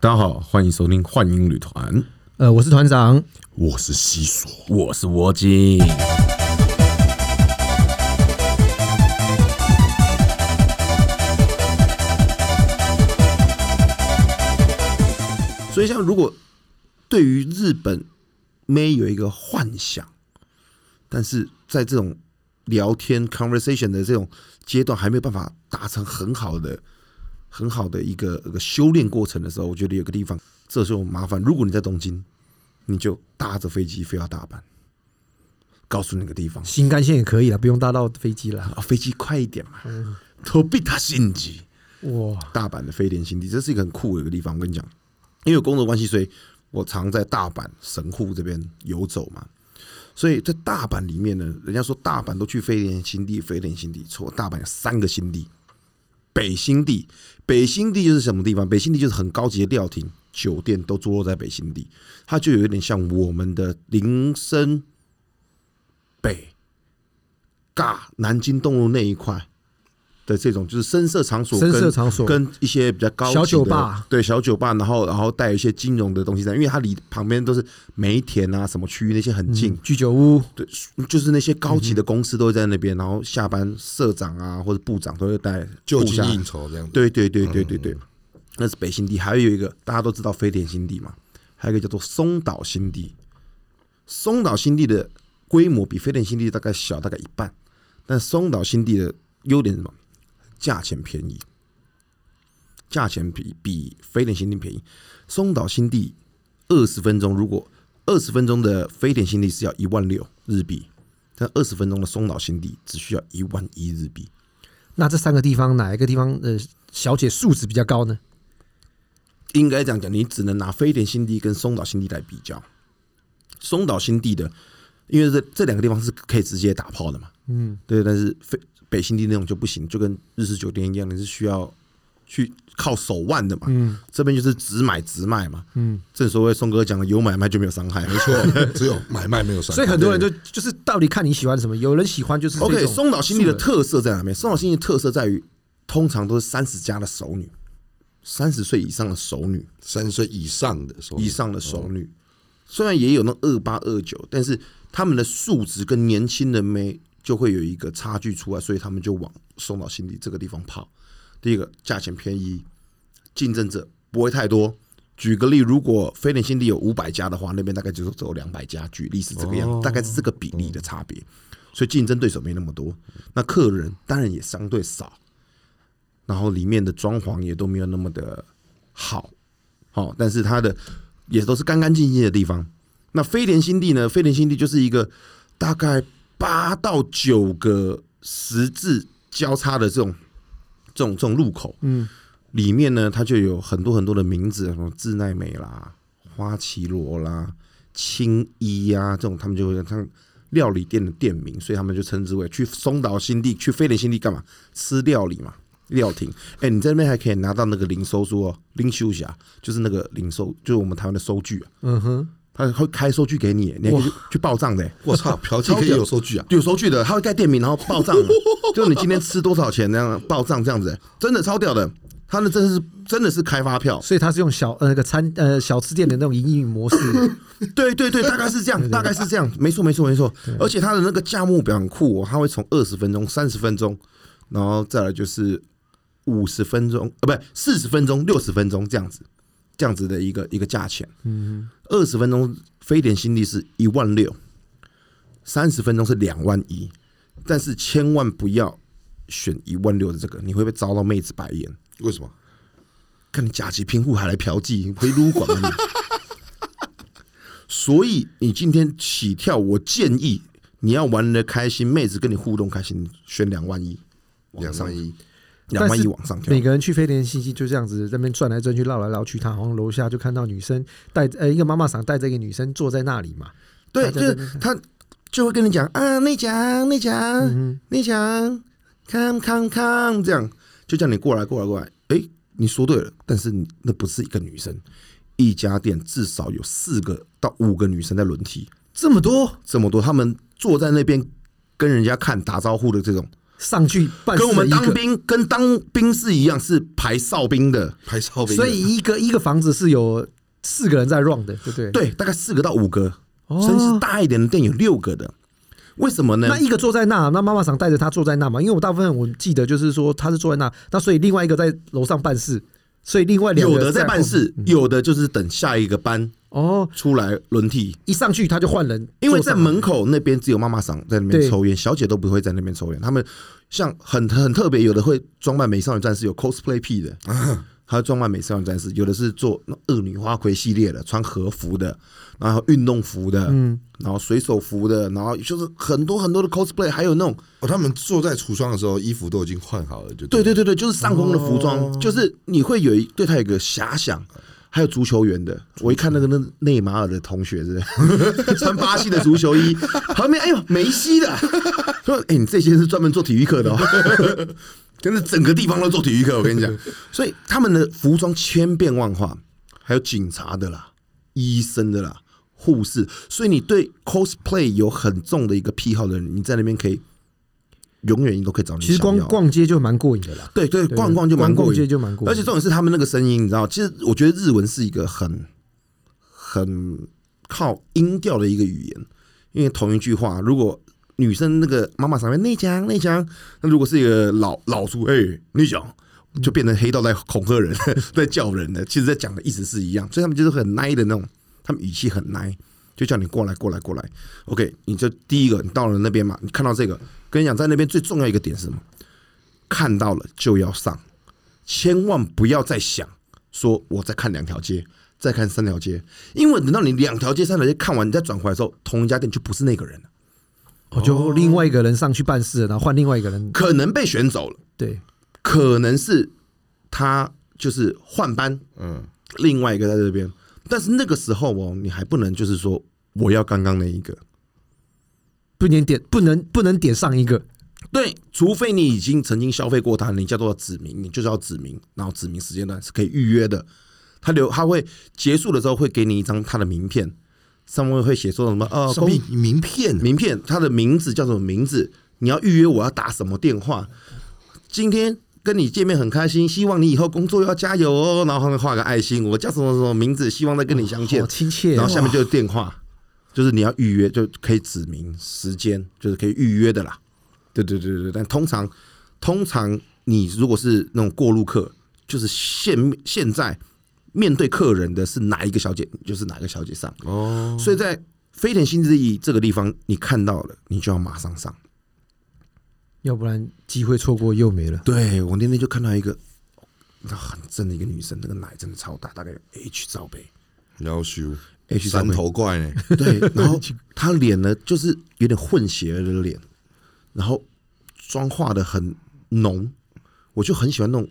大家好，欢迎收听幻影旅团，呃，我是团长，我是西索。我是窝精。所以，像如果对于日本妹有一个幻想，但是在这种聊天 conversation 的这种阶段还没有办法达成很好的、很好的一个一个修炼过程的时候，我觉得有个地方这就麻烦。如果你在东京，你就搭着飞机飞到大阪，告诉那个地方新干线也可以了，不用搭到飞机了。啊，飞机快一点嘛，投币他心机。哇，大阪的飞廉新地，这是一个很酷的一个地方。我跟你讲，因为有工作关系，所以我常在大阪神户这边游走嘛。所以在大阪里面呢，人家说大阪都去飞廉新地，飞廉新地错，大阪有三个新地，北新地，北新地就是什么地方？北新地就是很高级的料亭、酒店都坐落在北新地，它就有一点像我们的林森北、尬南京东路那一块。的这种就是深色场所跟，深色场所跟一些比较高级的小酒吧对小酒吧，然后然后带一些金融的东西在，因为它离旁边都是梅田啊什么区域那些很近，居酒屋对，就是那些高级的公司都会在那边，然后下班社长啊或者部长都会带就部近下应酬这样子。嗯对对对对对对，那是北新地，还有一个大家都知道飞田新地嘛，还有一个叫做松岛新地。松岛新地的规模比飞田新地大概小大概一半，但松岛新地的优点是什么？价钱便宜，价钱比比飞田新地便宜。松岛新地二十分钟，如果二十分钟的飞田新地是要一万六日币，但二十分钟的松岛新地只需要一万一日币。那这三个地方哪一个地方的小姐素质比较高呢？应该这样讲，你只能拿飞田新地跟松岛新地来比较。松岛新地的，因为这这两个地方是可以直接打炮的嘛，嗯，对。但是飞北新地那种就不行，就跟日式酒店一样，你是需要去靠手腕的嘛，嗯，这边就是只买只卖嘛，嗯，正所谓宋哥讲的，有买卖就没有伤 害，没错。错，只有买卖没有算。所以很多人就就是到底看你喜欢什么，有人喜欢就是这 OK，种松岛新地的特色在哪边？松岛新地的特色在于，通常都是三十加的熟女，三十岁以上的熟女，三十岁以上的时候，以上的熟女，嗯虽然也有那二八二九，但是他们的素质跟年轻人妹就会有一个差距出来，所以他们就往松岛新地这个地方跑。第一个价钱便宜，竞争者不会太多。举个例，如果飞点新地有五百家的话，那边大概就是只有两百家。举例是这个样子，大概是这个比例的差别，所以竞争对手没那么多，那客人当然也相对少，然后里面的装潢也都没有那么的好，好、但是它的也都是干干净净的地方。那飞廉新地呢？飞廉新地就是一个大概八到九个十字交叉的这种这种这种路口，嗯，里面呢它就有很多很多的名字，什么智奈美啦、花绮罗啦、青衣啊，这种他们就会像料理店的店名，所以他们就称之为去松岛新地、去飞廉新地干嘛？吃料理嘛。料亭，哎、你在那边还可以拿到那个零收书哦，零休侠就是那个零收，就是我们台湾的收据啊，嗯哼，他会开收据给你，你还可以去去报账的、 我操，嫖妓可以有收据啊！有收据的，他会盖店名，然后报账，就你今天吃多少钱那样报账这样子、真的超屌的。他那真是真的是开发票，所以他是用小呃那个餐呃小吃店的那种营运模式，对对对，大啊概是这样，大概是这样，没错没错没错。而且他的那个价目表很酷哦，他会从二十分钟、三十分钟，然后再来就是五十分钟，呃，不四十分钟、六十分钟这样子，这样子的一个一个价钱。嗯，二十分钟非典新地是一万六，三十分钟是两万一，但是千万不要选一万六的这个，你会被遭到妹子白眼。为什么？看你甲级贫户还来嫖妓，回撸管啊你！ 所以你今天起跳，我建议你要玩的开心，妹子跟你互动开心，选两万一，两万一，两万一往上跳每。个人去飞廉信息就这样子，在那边转来转去，绕来绕去。他好像楼下就看到女生带呃一个妈妈桑带着一个女生坐在那里嘛，对，大就家是在那边他就会跟你讲啊，内讲内讲内讲，come come come，这样就叫你过来过来过来。诶，你说对了，但是你那不是一个女生，一家店至少有四个到五个女生在轮替。这么多这么多，他们坐在那边跟人家看打招呼的这种，上去半跟我们死一当个兵跟当兵是一样，是排哨兵的，拍照片的，所以一个一个房子是有四个人在 run 的，对不对？，对，大概四个到五个，哦甚至大一点的店有六个的。为什么呢？那一个坐在那，那妈妈想带着他坐在那嘛，因为我大部分我记得就是说他是坐在那，那所以另外一个在楼上办事，所以另外两个有的在嗯办事，有的就是等下一个班后面哦，出来轮替。一上去他就换人，因为坐在上门口那边只有妈妈桑在那边对抽烟，小姐都不会在那边抽烟。他们像很很特别，有的会装扮美少女战士，有 cosplay 癖的，还有装扮美少女战士；有的是做那恶女花魁系列的，穿和服的，然后运动服的，嗯，然后水手服的，然后就是很多很多的 cosplay，还有那种哦，他们坐在橱窗的时候，衣服都已经换好了，就对对对对，就是上空的服装，哦就是你会有一对他有个遐想。还有足球员的，我一看那个那内马尔的同学是不 是穿巴西的足球衣，旁边哎呦梅西的，说哎、你这些是专门做体育课的 哦，真的整个地方都做体育课，我跟你讲，所以他们的服装千变万化，还有警察的啦，医生的啦，护士，所以你对 cosplay 有很重的一个癖好的人，你在那边可以永远你都可以找你其实想光要的逛街就蛮过瘾的啦，对对，对逛逛就蛮光过逛街瘾，就蛮过瘾，而且重点是他们那个声音，你知道，其实我觉得日文是一个很很靠音调的一个语言，因为同一句话，如果女生那个妈妈上面内讲内讲，那如果是一个老老叔哎内讲。就变成黑道在恐吓人， 在叫人的，其实在讲的意思是一样，所以他们就是很 nice 的那种，他们语气很 nice，就叫你过来过来过来。OK，你就第一个，你到了那边嘛，你看到这个，跟你讲，在那边最重要一个点是什么？看到了就要上，千万不要再想说我再看两条街，再看三条街，因为等到你两条街、三条街看完，你再转回来的时候，同一家店就不是那个人了，哦我就另外一个人上去办事了，然后换另外一个人，可能被选走了，对，可能是他就是换班，嗯，另外一个在这边，但是那个时候哦，你还不能就是说我要刚刚那一个，不能点不能不能点上一个，对，除非你已经曾经消费过它，你叫做指明，你就是要指明，然后指明时间段是可以预约的。他留他会结束的时候会给你一张他的名片，上面会写说什么呃，上公面名片啊，名片，他的名字叫什么名字？你要预约，我要打什么电话？今天跟你见面很开心，希望你以后工作要加油哦。然后他们画个爱心，我叫什么什么名字，希望再跟你相见好。亲切哦，然后下面就是电话，就是你要预约，就可以指明时间，就是可以预约的啦。对对对对对，但通常通常你如果是那种过路客，就是现现在面对客人的是哪一个小姐，你就是哪个小姐上。哦，所以在飞田新之翼这个地方，你看到了，你就要马上上。要不然机会错过又没了。对我那天就看到一个。那很正的一个女生，那个奶真的超大，大概有 H 罩杯要修，H 罩三杯头怪呢，对，然后他脸呢，就是有点混血儿的脸，然后妆化的很浓，我就很喜欢那种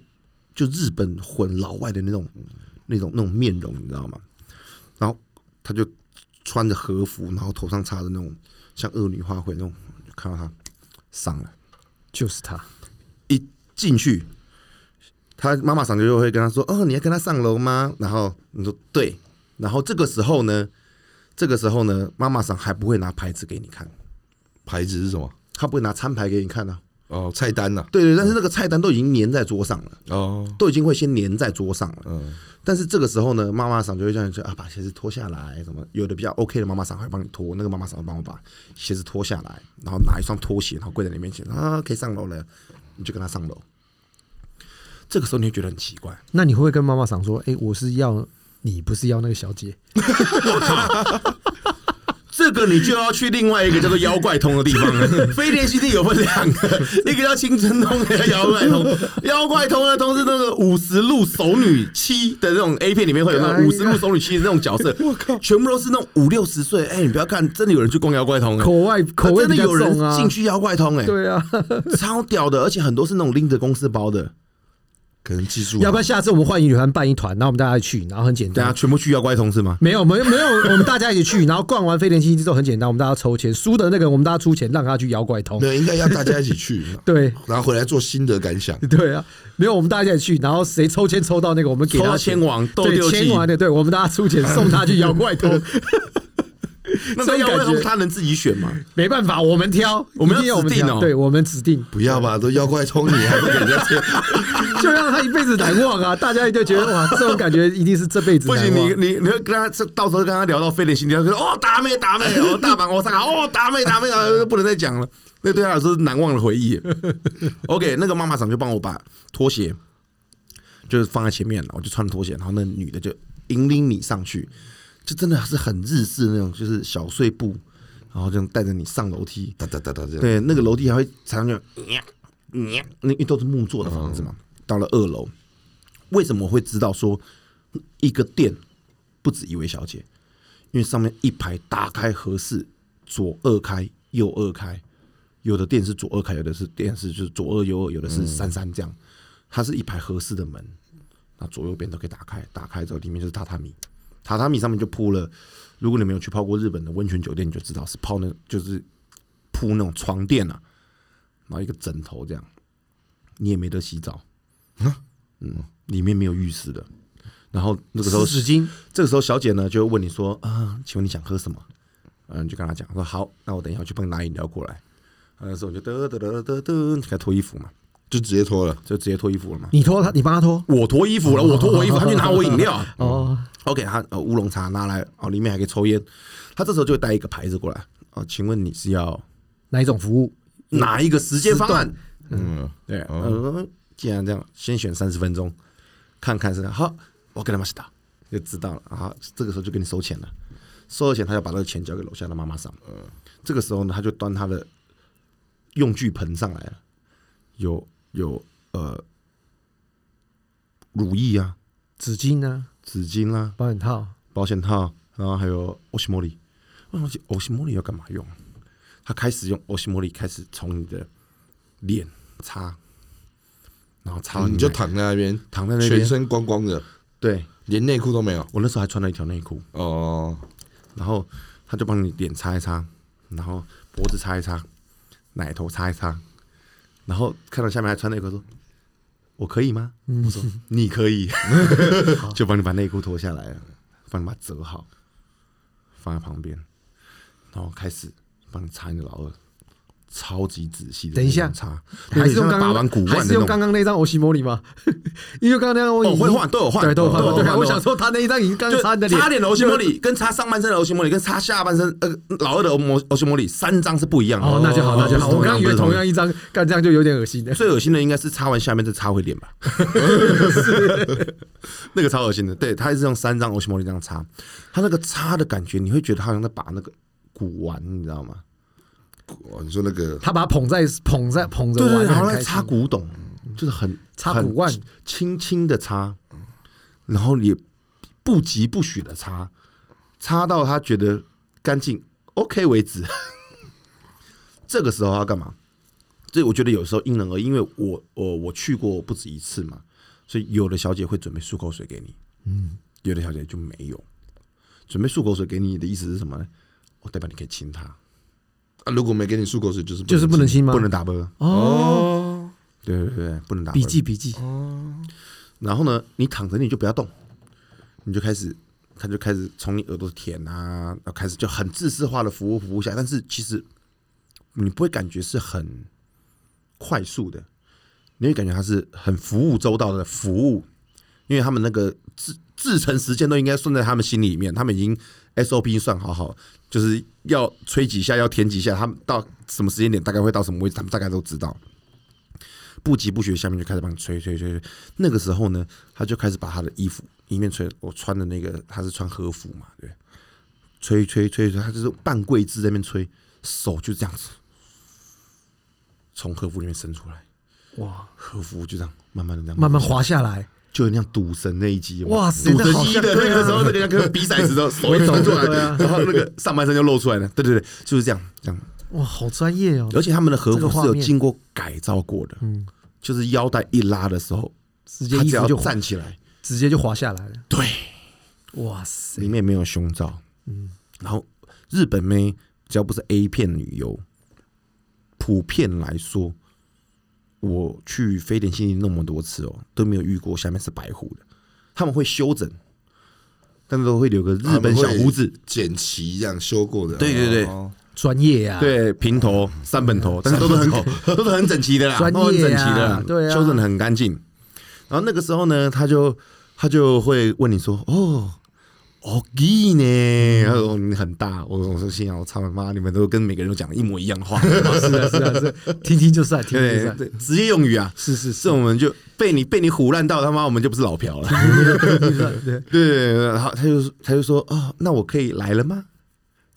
就日本混老外的那种那种那种面容，你知道吗？然后他就穿着和服，然后头上插着那种像恶女花卉那种，就看到他上了。就是他，一进去，他妈妈上就会跟他说：“哦，你要跟他上楼吗？”然后你说：“对。”然后这个时候呢，这个时候呢，妈妈上还不会拿牌子给你看，牌子是什么？他不会拿餐牌给你看呢、哦，菜单呐，对对，但是那个菜单都已经粘在桌上了，哦，都已经会先粘在桌上了。嗯，但是这个时候呢，妈妈桑就会叫你说啊，把鞋子脱下来，什么有的比较 OK 的妈妈桑会帮你脱，那个妈妈桑会帮我把鞋子脱下来，然后拿一双拖鞋，然后跪在你面前啊，可以上楼了，你就跟他上楼。这个时候你会觉得很奇怪，那你会不会跟妈妈想说，哎、我是要你，不是要那个小姐？这个你就要去另外一个叫做妖怪通的地方 了。飞碟基地有分两个，一个叫青春通，一个叫妖怪 通。妖怪通呢，都是那个五十路手女七的那种 A 片里面会有那哎种五十路手女七的那种 角色，我靠，全部都是那种五六十岁。哎、你不要看，真的有人去逛妖怪通、欸，口味口味真的比较有人重啊进去妖怪通、欸，哎、对啊，超屌的，而且很多是那种拎着公司包的，可能啊记住了，要不然下次我们换一团办一团，然后我们大家去，然后很简大家单。全部去妖怪通是吗？没有，没有，没有，我们大家一起去，然后逛完飞天星之后很简单，我们大家抽签，输的那个我们大家出钱让他去摇怪通没。有，应该要大家一起去，对，然后回来做新的感想。对啊，没有，我们大家一起去，然后谁抽签抽到那个，我们给抽他到钱千王斗对六签记，完的，对我们大家出钱送他去摇怪通。那他这种要感问觉他能自己选吗？ 没办法，我们挑，我们要一定要我们指定挑哦对我们指定， 不要吧，都妖怪冲你，啊还不给人家贴？就让他一辈子难忘啊！大家就觉得哇，这种感觉一定是这辈子不难行，忘你你你会跟他到时候跟他聊到非典心跳，就说哦达妹 达妹哦大阪我上哦达妹达妹啊， 不能再讲了，那对他来说是难忘的回忆。OK，那个妈妈桑就帮我把拖鞋就是放在前面了，我就穿拖鞋，然后那女的就引领你上去，就真的是很日式的那种，就是小碎步，然后这样带着你上楼梯，哒哒哒哒这样。嗯对，那个楼梯还会常常就，那因为都是木做的房子嘛。到了二楼，为什么我会知道说一个店不止一位小姐？因为上面一排打开合适，左二开，右二开，有的店是左二开，有的是店是就是左二右二，有的是三三这样，它是一排合适的门，那左右边都可以打开，打开之后里面就是榻榻米，榻榻米上面就铺了。如果你没有去泡过日本的温泉酒店，你就知道是泡那就是铺那种床垫啊，然后一个枕头这样，你也没得洗澡，嗯，里面没有浴室的。然后那个时候湿纸巾，这个时候小姐呢就会问你说啊，请问你想喝什么？嗯，你就跟她讲说好，那我等一下去帮你拿饮料过来。啊那时候我就得得得得得，开始脱衣服嘛，就直接脱了。就直接脱衣服了嘛。你脱他，你帮他脱我脱衣服了，我脱我衣服，她去拿我饮料。哦， OK，他呃乌龙茶拿来哦，里面还可以抽烟。他这时候就会带一个牌子过来哦，请问你是要哪一种服务？哪一个时间方案？嗯，对，呃，既然这样，先选三十分钟，看看是好，我跟他妈是打，就知道了啊。这个时候就给你收钱了，收了钱，他要把这个钱交给楼下的妈妈桑。这个时候呢，他就端他的用具盆上来了，有有呃乳液啊、纸巾啊，纸巾啦、保险套，保险套，然后还有欧西莫里。我想欧西莫里要干嘛用？他开始用欧西莫里开始从你的脸擦，然后擦到啊嗯你奶就躺在那边，躺在那全边。身光光的，对连内裤都没有。我那时候还穿了一条内裤，哦，然后他就帮你脸擦一擦，然后脖子擦一擦，奶头擦一擦，然后看到下面还穿内裤说：“我可以吗？”我说：“你可以。” 就帮你把内裤脱下来了，帮你把它折好，放在旁边，然后开始帮你擦你的老二，超级仔细的。等一下擦，还是用有点像在刚把玩刚古还玩是的用那刚种。刚那张欧西莫里吗？ 因为刚刚那张欧西哦，会换都有换，对，都有换有过。对，啊换我想说他那一张已经刚就擦你的脸，擦脸的欧西莫里，跟擦上半身的欧西莫里，跟擦下半身呃老二的欧摩欧西莫里，三张是不一样的。哦，那就好，那就好。不我是刚以不为是同样一张，干这样就有点恶心的。最恶心的应该是擦完下面再擦回脸 吧， 那个超恶心的。对，他是用三张欧西莫里这样擦，他那个擦的感觉，你会觉得他好像在把那个古玩，你知道吗？哦你说那个他把他捧在捧在捧着对对，玩，对好像很开在心擦古董，就是很擦古腕很轻轻的擦，然后也不急不许的擦，擦到他觉得干净 OK 为止。 这个时候要干嘛？这我觉得有时候因人而异，因为我我我去过不止一次嘛，所以有的小姐会准备漱口水给你，嗯，有的小姐就没有。准备漱口水给你的意思是什么呢？我代表你可以亲她，啊，如果没给你漱口水，就是就是不能亲吗？不能打啵，哦。对对对，不能打啵。笔记笔记，然后呢，你躺着你就不要动，你就开始，他就开始从你耳朵舔啊，然后开始就很自私化的服务服务下，但是其实你不会感觉是很快速的，你会感觉他是很服务周到的服务，因为他们那个制制成时间都应该算在他们心里面，他们已经 SOP 算好好，就是要吹几下，要舔几下，他们到什么时间点大概会到什么位置，他们大概都知道。不疾不徐，下面就开始帮你吹吹吹吹。那个时候呢，他就开始把他的衣服一面吹，我穿的那个他是穿和服嘛，对，吹吹吹吹，他就是半跪姿在那边吹，手就这样子从和服里面伸出来，哇，和服就这样慢慢的这样慢慢滑下来，就很像赌神那一集有没有，哇塞赌那好神一像的对那啊个时候，那个像跟比赛时的手一伸出来，然后那个上半身就露出来了，对对对，就是这样这样。哇，好专业哦，而且他们的和这个服画是有面经过改造过的，就是腰带一拉的时候，直接他衣只要服就滑站起来，直接就滑下来了，对，哇塞，里面没有胸罩，嗯，然后日本妹只要不是 A 片女优，普遍来说，我去非典心地那么多次哦，都没有遇过下面是白虎的，他们会修整，但都会留个日本小胡子，剪齐这样修过的。对对对哦专业呀、啊，对，平头、三本头，但是都是很都是很整齐的啦，专业啊都很整齐的啦，对啊修整的很干净。然后那个时候呢，他就他就会问你说：“哦，哦，给呢？”然后你很大，我我说心想：“我操他妈，你们都跟每个人都讲一模一样的话，是啊是啊是啊，听听就算，听听就对算，对，职业用语啊。”是是是这，我们就被你被你唬烂到他妈，我们就不是老朴了。听听就算对，对，然后他就他就说：“哦，那我可以来了吗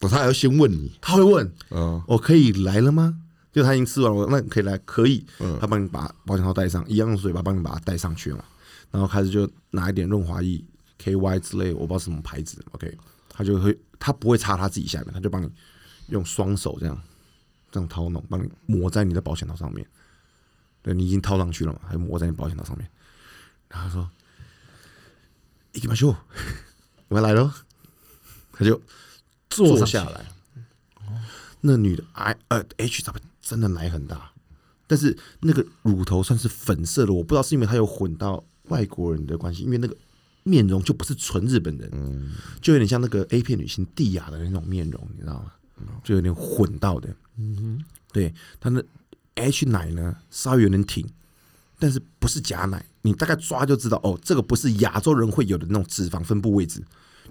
哦他还要先问你？”，他会问嗯，我哦可以来了吗？就他已经吃完了，我那你可以来，可以嗯，他帮你把保险套戴上，一样用水把帮你把它戴上去嘛。然后开始就拿一点润滑液，KY 之类，我不知道是什么牌子，OK，他就会他不会擦他自己下面，他就帮你用双手这样这样掏弄，帮你抹在你的保险套上面。对你已经套上去了嘛，还抹在你保险套上面。然后他说：“行きましょう， 我要来喽。”他就坐坐上下来。那女的 I 呃 H 她真的奶很大，但是那个乳头算是粉色的，我不知道是因为她有混到外国人的关系，因为那个面容就不是纯日本人，就有点像那个 A 片女星蒂亚的那种面容，你知道吗？就有点混到的。嗯哼，对，她那 H 奶呢稍微有点挺，但是不是假奶，你大概抓就知道哦，这个不是亚洲人会有的那种脂肪分布位置，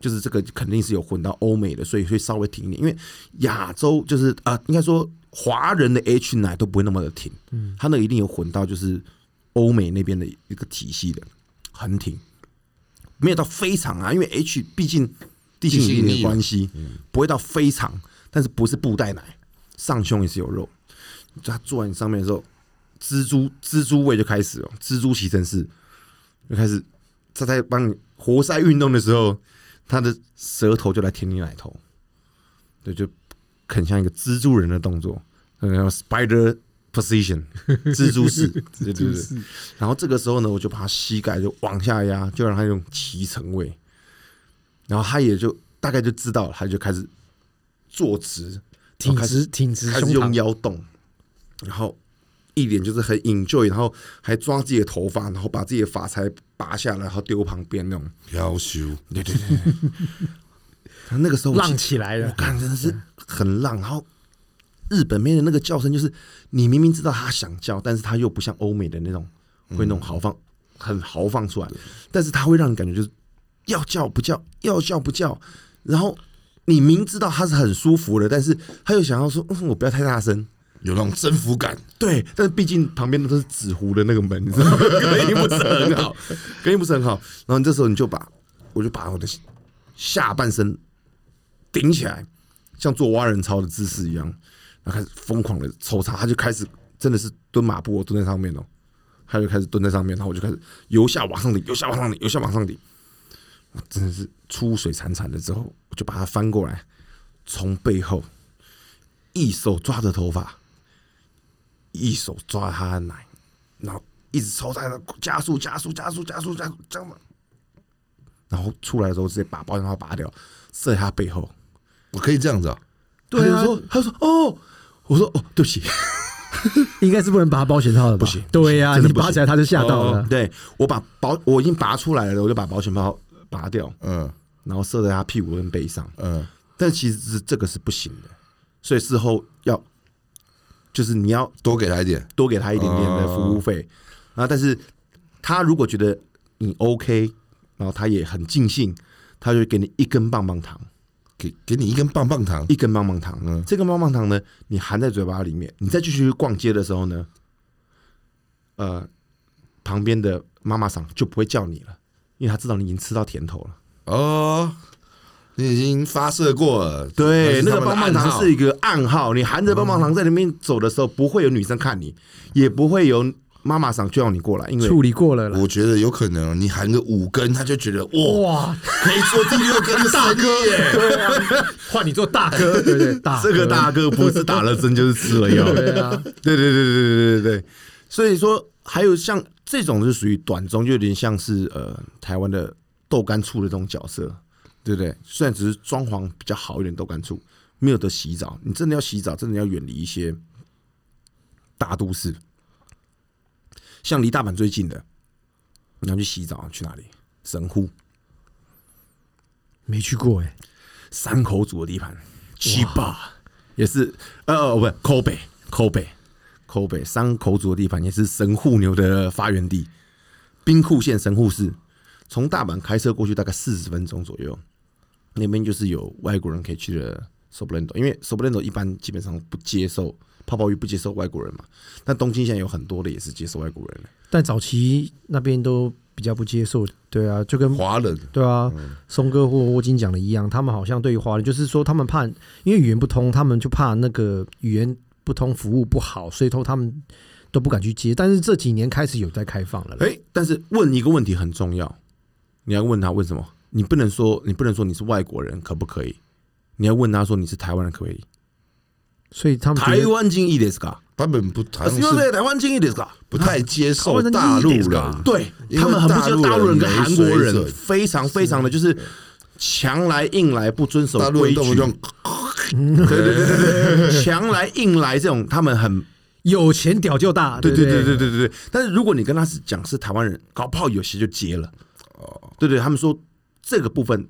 就是这个肯定是有混到欧美的，所以会稍微挺一点。因为亚洲就是啊、应该说华人的 H 奶都不会那么的挺，嗯，它那一定有混到就是欧美那边的一个体系的，很挺，没有到非常啊，因为 H 毕竟地心引力的嗯关系，不会到非常，但是不是布袋奶，上胸也是有肉，就他坐在你上面的时候，蜘蛛蜘蛛位就开始了，蜘蛛骑乘式就开始，他在帮你活塞运动的时候，他的舌头就来舔你奶头，对，就很像一个蜘蛛人的动作，然后 spider position 蜘蛛式，对对对。然后这个时候呢，我就把他膝盖就往下压，就让他用骑乘位，然后他也就大概就知道了，他就开始坐直，挺开直挺直开胸始用膛，腰动，然后一脸就是很 enjoy，然后还抓自己的头发，然后把自己的发钗拔下来，然后丢旁边那种。要修，对对对对，他那个时候我其浪起来我了，看真的是很浪。然后日本妹的那个叫声，就是你明明知道她想叫，但是她又不像欧美的那种会那种豪放，很豪放出来，但是她会让你感觉就是要叫不叫，要叫不叫，然后。你明知道她是很舒服的，但是她又想要说，嗯，我不要太大声， 有那种征服感，对，但是毕竟旁边都是纸糊的那个门，你知道吗？隔音不是很好，隔音不是很好。然后这时候你就把，我就把我的下半身顶起来，像做蛙人操的姿势一样，然后开始疯狂的抽插，他就开始真的是蹲马步，我蹲在上面哦，他就开始蹲在上面，然后我就开始由下往上顶，由下往上顶，由下往上顶，我真的是出水潺潺的之后，我就把他翻过来，从背后一手抓着头发。一手抓他的奶，然后一直抽他的加速加速加速加速加速这样子，然后出来的时候直接把保险套拔掉，射在他背后。我可以这样子啊，对他啊就，说他就说哦，我说哦，对不起，应该是不能拔保险套的吧？不行对呀、真的你不行拔起来他就吓到了，对我把保我已经拔出来了，我就把保险套拔掉，嗯然后射在他屁股跟背上。嗯，但其实是这个是不行的，所以事后要就是你要多给他一点，多给他一点点的服务费。然后，但是他如果觉得你 OK，然后他也很尽兴，他就会给你一根棒棒糖，给给你一根棒棒糖，一根棒棒糖。嗯这根棒棒糖呢，你含在嘴巴里面，你再继续逛街的时候呢，呃，旁边的妈妈桑就不会叫你了，因为他知道你已经吃到甜头了。哦，你已经发射过了，对，那是他个们的棒棒糖暗号是一个暗号，嗯你含着棒棒糖在里面走的时候，不会有女生看你，也不会有妈妈桑叫你过来，因为处理过了啦。我觉得有可能，你含个五根，他就觉得哇，哇，可以做第六根的大哥耶，对啊，换你做大哥，对不对？大哥这个大哥不是打了针就是吃了药，对啊对啊，对对对对对对。所以说，还有像这种是属于短中，就有点像是呃台湾的豆干醋的这种角色，对不对？虽然只是装潢比较好一点，豆干醋没有得洗澡，你真的要洗澡，真的要远离一些大都市，像离大阪最近的，你要去洗澡去哪里？神户。没去过哎、山口组的地盘，七霸也是呃呃不是 Kobe Kobe Kobe 山口组的地盘也是神户牛的发源地，兵库县神户市，从大阪开车过去大概四十分钟左右，那边就是有外国人可以去的 Soblendo，因为 Soblendo 一般基本上不接受泡泡浴不接受外国人嘛，但东京现在有很多的也是接受外国人的，但早期那边都比较不接受，对啊，就跟华人对啊，松哥或沃金讲的一样，他们好像对于华人，就是说他们怕，因为语言不通，他们就怕那个语言不通，服务不好，所以说他们都不敢去接。但是这几年开始有在开放了啦，哎、但是问一个问题很重要，你要问他为什么？你不能说你不能说你是外国人可不可以？你要问他说你是台湾人可不可以？所以他们觉台得湾人いいですか？他们不あ谈す是いません、台湾人いいですか？不太接受他们大陆他们是人，对啊因为他们很不接受大大陆陆人人跟没韩国水人准非常非常的就是强来硬来，不遵守大陆规人动不动矩，强来硬来这种他们很有钱屌就大，对对对不对对对对对。但是如果你跟他是讲是台湾人，搞不好有些就接了。哦，对对，他们说这个部分，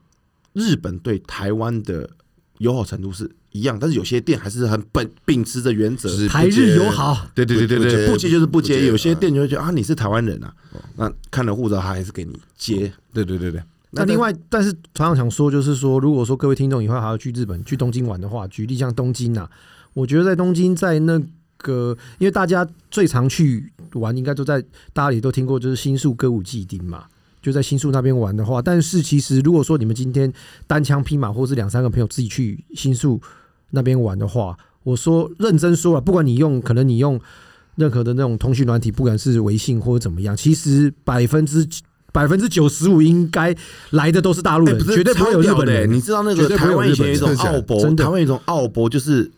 日本对台湾的友好程度是一样，但是有些店还是很本秉持着原则，就是台不接日友好，对对对对对，不不接接就是不接。不接有些店就会觉得啊，你是台湾人啊，那看了护照他还是给你接。对对对对，那另外，但是团长想说，就是说，如果说各位听众以后还要去日本、去东京玩的话，举例像东京啊，我觉得在东京，在那个，因为大家最常去玩，应该都在大家也都听过，就是新宿歌舞伎町嘛，就在新宿那边玩的话，但是其实如果说你们今天单枪匹马，或是两三个朋友自己去新宿那边玩的话，我说认真说了，不管你用，可能你用任何的那种通讯软体，不管是微信或者怎么样，其实百分之百分之九十五应该来的都是大陆哎人，不是绝对不会有日本超屌的哎人。你知道那绝个对不台会有湾以前有一日种本人奥博，真的台湾有一种奥博就是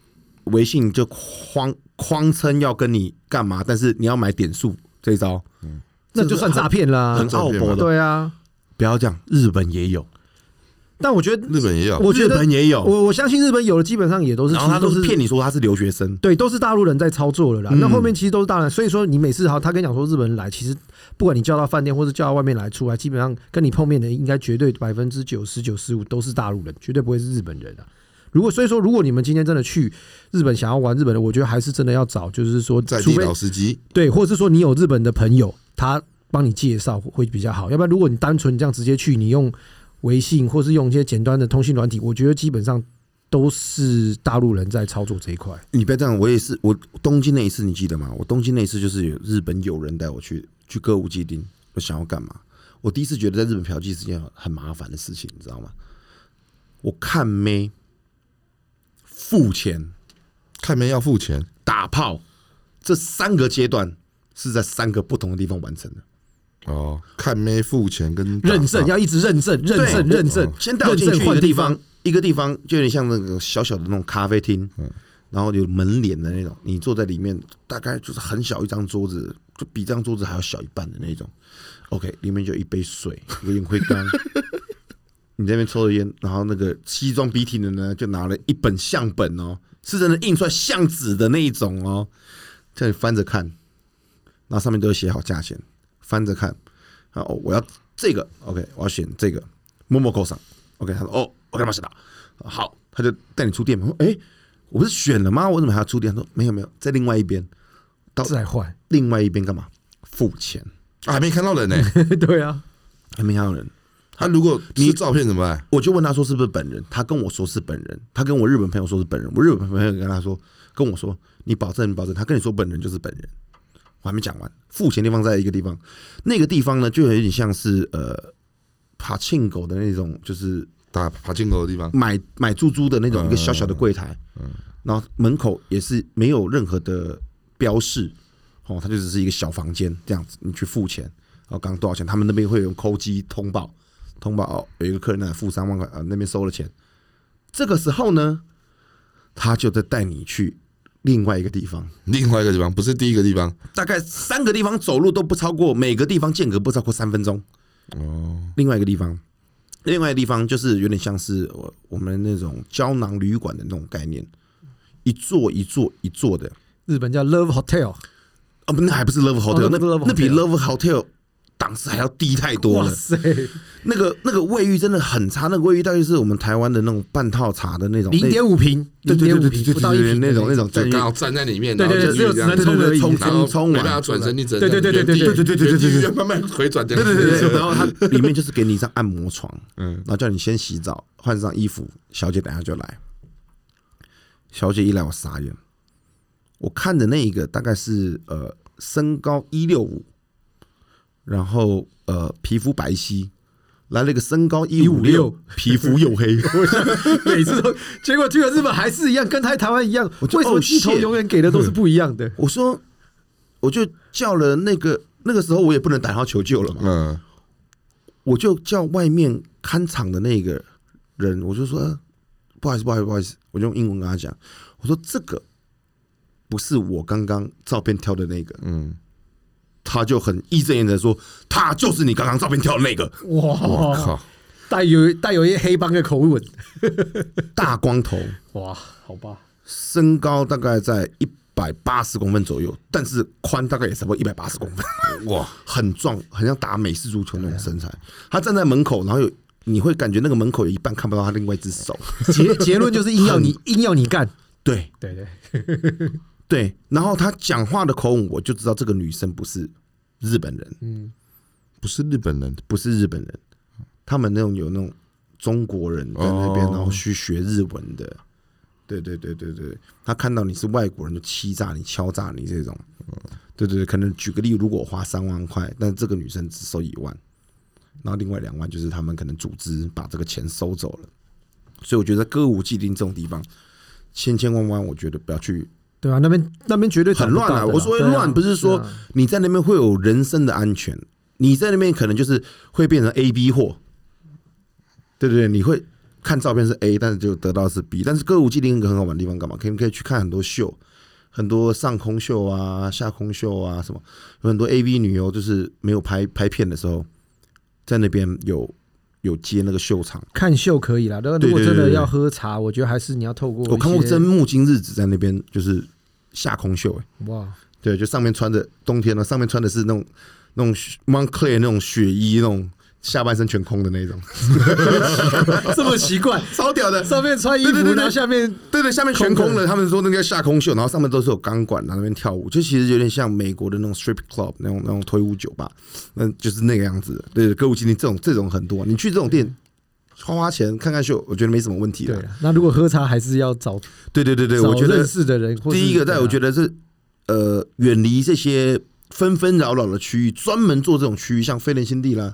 微信就框框称要跟你干嘛，但是你要买点数这一招那就算诈骗啦很。奥博的，对啊，不要这样，日本也有，但我觉得，日本也有，我觉日得本也有，我我相信日本有的基本上也都是，然后他其实都是是骗你说他是留学生，对，都是大陆人在操作了啦。嗯那后面其实都是大陆人，所以说你每次好，他跟你讲说日本人来，其实不管你叫到饭店或者叫到外面来出来，基本上跟你碰面的应该绝对百分之九十九十五都是大陆人，绝对不会是日本人啊。如果所以说，如果你们今天真的去日本想要玩日本的，我觉得还是真的要找，就是说，在除地非老司机，对，或者是说你有日本的朋友，他帮你介绍会比较好。要不然，如果你单纯这样直接去，你用微信或是用一些简单的通讯软体，我觉得基本上都是大陆人在操作这一块。你不要这样，我也是，我东京那一次你记得吗？我东京那一次就是有日本友人带我去去歌舞伎町，我想要干嘛？我第一次觉得在日本嫖妓是件很麻烦的事情，你知道吗？我看妹付钱看门要付钱，打炮这三个阶段是在三个不同的地方完成的。哦，看妹付钱跟打认证打要一直认证，认对证，认证，先带我进哦认去一证换个地地方方，一个地方就有点像那个小小的那种咖啡厅，嗯然后有门帘的那种，你坐在里面，大概就是很小一张桌子，就比这张桌子还要小一半的那种。OK，里面就一杯水，一个烟灰缸。 你在那边抽着烟，然后那个西装笔挺的呢，就拿了一本相本哦，是真的印出来相纸的那一种哦，叫你翻着看，然后上面都有写好价钱，翻着看，啊哦，我要这个，OK，我要选这个，摸摸扣上，OK，他说哦，我干嘛选到？好，他就带你出店门，我说哎，我不是选了吗？我怎么还要出店？他说没有没有，在另外一边，到再换。 另外一边干嘛？付钱，啊还没看到 人呢。对啊，还没看到人，他如果你照片怎么办？我就问他说是不是本人，他跟我说是本人，他跟我日本朋友说是本人，我日本朋友跟他说跟我说你保证你保证，他跟你说本人就是本人，我还没讲完，付钱地方在一个地方，那个地方呢就有点像是呃爬庆狗的那种，就是打爬进狗的地方，买买猪猪的那种一个小小的柜台，然后门口也是没有任何的标示，哦，它就只是一个小房间这样子，你去付钱，然后刚多少钱，他们那边会用扣机通报，通报哦，有一个客人呢付三万块，啊，那边收了钱，这个时候呢，他就在带你去另外一个地方，另外一个地方不是第一个地方，大概三个地方走路都不超过，每个地方间隔不超过三分钟。哦，另外一个地方，另外一个地方就是有点像是我我们那种胶囊旅馆的那种概念，一座一座一座的。日本叫 Love Hotel，哦，不，那还不是 Love Hotel，、哦那那不是 Love 那比 Hotel Love Hotel 档次还要低太多哇了。塞，那个那个卫浴真的很差，那个卫浴大概是我们台湾的那种半套茶的那种，零点五平，对零对对点五对平对不到一对平那种那种就战略刚好站在里面，对对然后对就只有这样只能子冲对对对而已冲然后冲冲没完办法转身，你只能对对对对对对对对对对对对原地慢慢回转这对样子，对对 对，然后它里面就是给你一张按摩床，嗯然后叫你先洗澡，换上衣服，小姐等下就来。小姐一来我傻眼，我看的那一个大概是呃身高一六五，然后呃皮肤白皙，来了一个身高一五六156，皮肤黝黑，每次都，结果去了日本还是一样，跟他在台湾一样。就为什么哦鸡头 shit 永远给的都是不一样的？我说我就叫了那个那个时候我也不能打电话求救了嘛，嗯，我就叫外面看场的那个人，我就说、呃不好意思，不好意思，不好意思，我就用英文跟他讲，我说这个不是我刚刚照片挑的那个，嗯，他就很义正言辞地说，他就是你刚刚照片挑的那个哦我哇，靠，带有带有一些黑帮的口吻，大光头，哇，好 吧，身高大概在一百八十公分左右，但是宽大概也差不多一百八十公分，哇，很壮，很像打美式足球那种身材。他站在门口，然后有你会感觉那个门口有一半看不到他另外一只手，结结论就是硬要你硬要你干， 对。对对，对，然后她讲话的口吻，我就知道这个女生不是日本人，嗯，不是日本人，不是日本人，他们那种有那种中国人在那边，哦然后去学日文的。对对对对对，他看到你是外国人就欺诈你、敲诈你这种。对对对，可能举个例，如果我花三万块，但这个女生只收一万，然后另外两万就是他们可能组织把这个钱收走了。所以我觉得歌舞伎町这种地方，千千万万，我觉得不要去对啊，那边那边绝对很乱啊！我说的乱不是说对啊你在那边会有人身的安全，你在那边可能就是会变成 A B 货，对不对？你会看照片是 A，但是就得到的是 B。但是歌舞伎町有一个很好玩的地方，干嘛？可以可以去看很多秀，很多上空秀啊、下空秀啊什么，有很多 A V 女优就是没有拍拍片的时候，在那边有有接那个秀场。看秀可以啦，但对如果对真对的对要喝茶，我觉得还是你要透过我看过一些真木今日子在那边就是下空秀、欸，哇，对，就上面穿着冬天呢，上面穿的是那种那种 Moncler 那种雪衣，那种下半身全空的那种， 这么奇 怪，超屌的。上面穿衣服，对对对对然后下面对对，下面全空了。他们说那个下空袖，然后上面都是有钢管，然后那边跳舞，就其实有点像美国的那种 strip club 那种那种推舞酒吧，那就是那个样子的。对，歌舞伎町这种这种很多，你去这种店花花钱看看秀，我觉得没什么问题对的。啊。那如果喝茶还是要找对对对对，找我觉得认识的人，或是啊第一个，啊在我觉得 得是呃，远离这些纷纷扰扰的区域，专门做这种区域，像飞廉新地啦，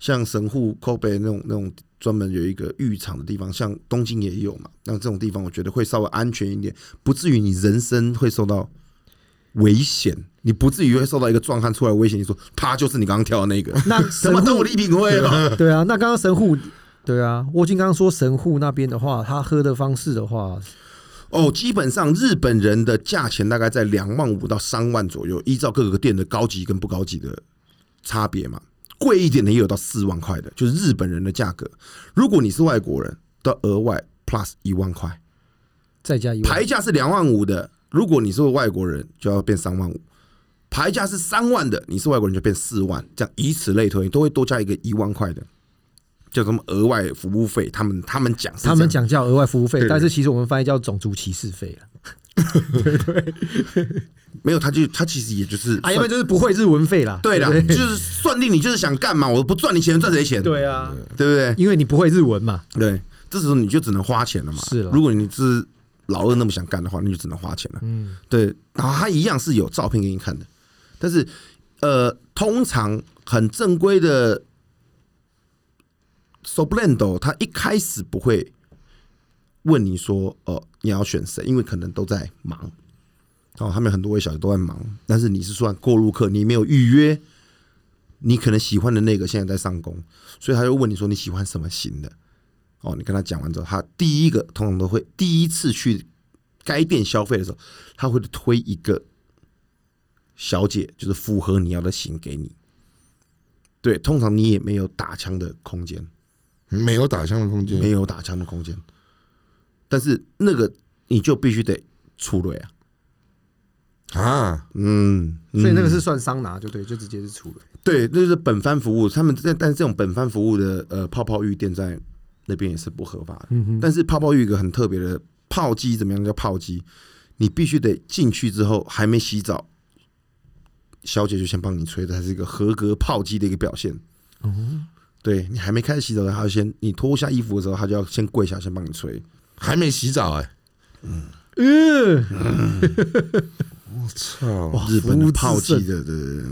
像神户、Kobe 那种那种专门有一个浴场的地方，像东京也有嘛。像这种地方，我觉得会稍微安全一点，不至于你人身会受到危险，你不至于会受到一个壮汉出来危险。你说他就是你刚刚跳的那个， 那什神么当户我礼品会了？对啊，那刚刚神户。对啊，沃金刚刚说神户那边的话，他喝的方式的话，哦，基本上日本人的价钱大概在两万五到三万左右，依照各个店的高级跟不高级的差别嘛。贵一点的也有到四万块的，就是日本人的价格。如果你是外国人，都额外 plus 一万块，再加一万牌价是两万五的，如果你是外国人，就要变三万五。牌价是三万的，你是外国人就变四万，这样以此类推，你都会多加一个一万块的，叫什么额外服务费？他们他们讲是这他样们讲叫额外服务费对，对但是其实我们翻译叫种族歧视费了。没有，他就他其实也就是啊，要不然就是不会日文费啦。对啦，不就是算定你就是想干嘛，我不赚你钱赚谁钱？对啊，对不对？因为你不会日文嘛。对，这时候你就只能花钱了嘛。是啦如果你是老二那么想干的话，那就只能花钱了。嗯，对，然后他一样是有照片给你看的，但是呃，通常很正规的 Soblendo，他一开始不会问你说哦、你要选谁，因为可能都在忙。哦，他们很多位小姐都在忙，但是你是算过路客，你没有预约，你可能喜欢的那个现在在上工，所以他就问你说你喜欢什么型的。哦，你跟他讲完之后，他第一个通常都会第一次去该店消费的时候，他会推一个小姐，就是符合你要的型给你。对，通常你也没有打枪的空间，没有打枪的空间，没有打枪的空间，但是那个你就必须得出类啊。啊，嗯，嗯所以那个是算桑拿，就对，就直接是出了。对，那就是本番服务。他们但但是这种本番服务的呃泡泡浴店在那边也是不合法的。嗯哼，但是泡泡浴有一个很特别的泡机，怎么样叫泡机？你必须得进去之后还没洗澡，小姐就先帮你吹的，它是一个合格泡机的一个表现。哦，对你还没开始洗澡的时候，她就先你脱下衣服的时候，她就要先跪下，先帮你吹。还没洗澡哎、嗯，我操！哇，日本的服务泡至机圣的，对对对，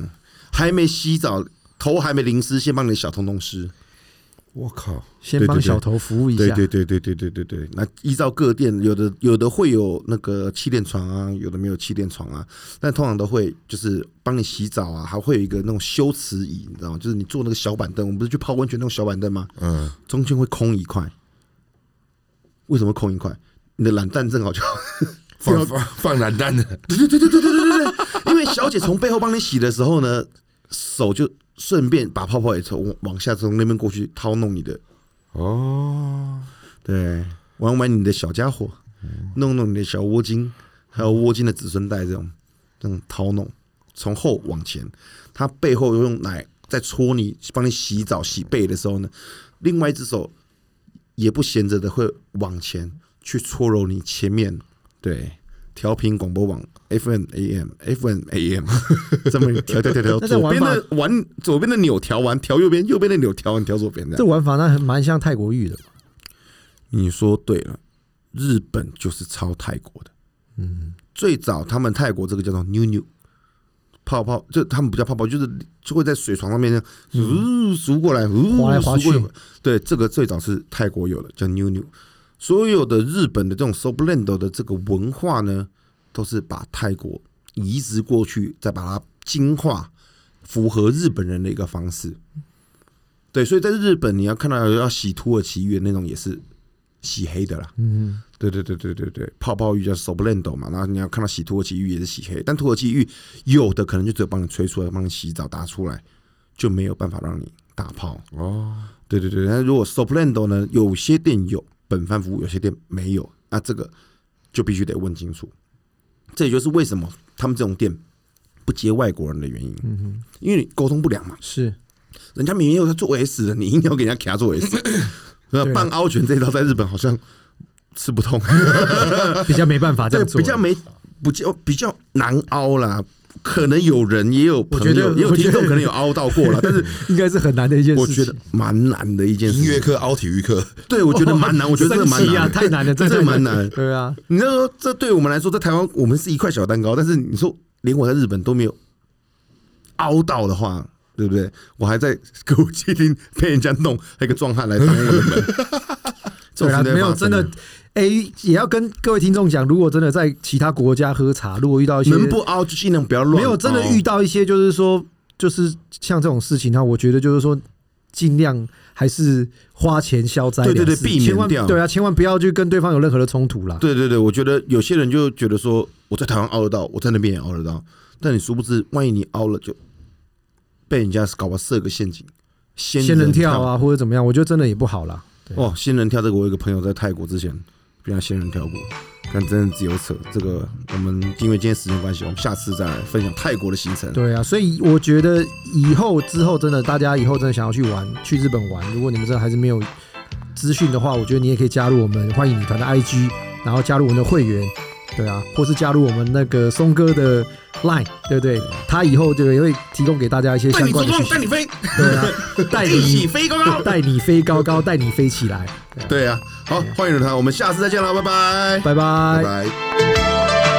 还没洗澡，头还没淋湿，先帮你小通通湿。我靠！先帮对对对小头服务一对下，对对对对对对啊对。啊那依照各店，有的有的会有那个气垫床啊，有的没有气垫床啊，但通常都会就是帮你洗澡啊，还会有一个那种修辞椅，你知道吗？就是你坐那个小板凳，我们不是去泡温泉那种小板凳吗？嗯，中间会空一块，为什么空一块？你的懒蛋正好就 放放放懒蛋的，因为小姐从背后帮你洗的时候呢，手就顺便把泡泡也从往下从那边过去掏弄你的，哦，对，玩玩你的小家伙，弄弄你的小窝巾，还有窝巾的子孙带这种这种掏弄，从后往前，她背后又用奶在搓你，帮你洗澡洗背的时候呢，另外一只手也不闲着的会往前去搓揉你前面，对。调频广播网 FM AM FM AM，这 么调调调 调，那在左玩边法的玩左边的钮调完，调右边，右边的钮调完，调左边这样。这玩法那很蛮像泰国浴的，你说对了，日本就是抄泰国的。嗯，最早他们泰国这个叫做妞妞泡泡，就他们不叫泡泡，就是就会在水床上面这样，呜、浮过来，呜、划来划浮过去对，这个最早是泰国有的，叫妞妞。所有的日本的这种 soblend 的这个文化呢，都是把泰国移植过去，再把它精化，符合日本人的一个方式。对，所以在日本你要看到要洗土耳其浴的那种也是洗黑的啦。嗯对对对对对对，泡泡浴叫 soblendo 嘛，然后你要看到洗土耳其浴也是洗黑，但土耳其浴有的可能就只有帮你吹出来、帮你洗澡打出来，就没有办法让你打泡。哦，对对对，但如果 soblendo 呢，有些店有本番服务，有些店没有，那这个就必须得问清楚。这也就是为什么他们这种店不接外国人的原因，嗯哼，因为你沟通不良嘛，是人家明明有在做 S 的，你硬要给人家给他做 S，对吧对啊半凹拳这一招在日本好像吃不 通。比较没办法这这样个做，比较没不较比较难凹啦。可能有人也有朋我觉友，得也有听众我觉得可能有凹到过 了，但是应该是很难的一件事我情，觉得蛮难的一件事音乐情。课凹体育课，对，我觉得蛮难，我觉得这个蛮 生气啊，难的。太难了，这太个蛮难对啊，你那时候这对我们来说，在台湾我们是一块小蛋糕，但是你说连我在日本都没有凹到的话，对不对？我还在歌舞伎町被人家弄，还有一个壮汉来挡我的门。 这对种啊，事情在没有发生真的，哎、也要跟各位听众讲，如果真的在其他国家喝茶，如果遇到一些能不凹就尽量不要乱凹。没有真的遇到一些，就是说，就是像这种事情，那我觉得就是说，尽量还是花钱消灾了对事，对对避免千万掉对啊，千万不要去跟对方有任何的冲突啦。对对对，我觉得有些人就觉得说，我在台湾凹得到，我在那边也凹得到，但你殊不知，万一你凹了，就被人家搞不好设个陷阱，仙仙人跳跳！啊，或者怎么样，我觉得真的也不好啦。哦，仙人跳这个，我有一个朋友在泰国之前被人家仙人跳过，但真的只有扯。这个我们因为今天时间关系，我们下次再来分享泰国的行程。对啊，所以我觉得以后之后真的，大家以后真的想要去玩，去日本玩，如果你们真的还是没有资讯的话，我觉得你也可以加入我们欢迎女团的 IG，然后加入我们的会员，对啊，或是加入我们那个松哥的 Line，对不对？他以后就也会提供给大家一些相关的讯息，你飞，对啊，带哎你飞高高。带你飞高高，带你飞起来，对啊，好，欢迎他，我们下次再见了，拜拜，拜拜拜。